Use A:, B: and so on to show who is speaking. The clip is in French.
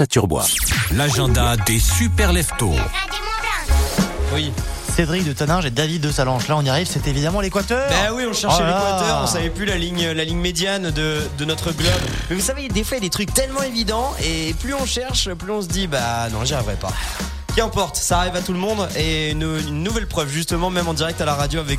A: Saturbois. L'agenda des super leftos.
B: Oui.
C: Cédric de Taninge et David de Salange. Là, on y arrive, c'est évidemment l'équateur.
B: Ben oui, on cherchait
C: Oh là
B: l'équateur,
C: là.
B: on savait plus la ligne, la ligne médiane de, de notre globe. Mais vous savez, des fois, il y a des trucs tellement évidents et plus on cherche, plus on se dit, bah non, j'y arriverai pas. Qui importe, ça arrive à tout le monde et une, une nouvelle preuve, justement, même en direct à la radio avec.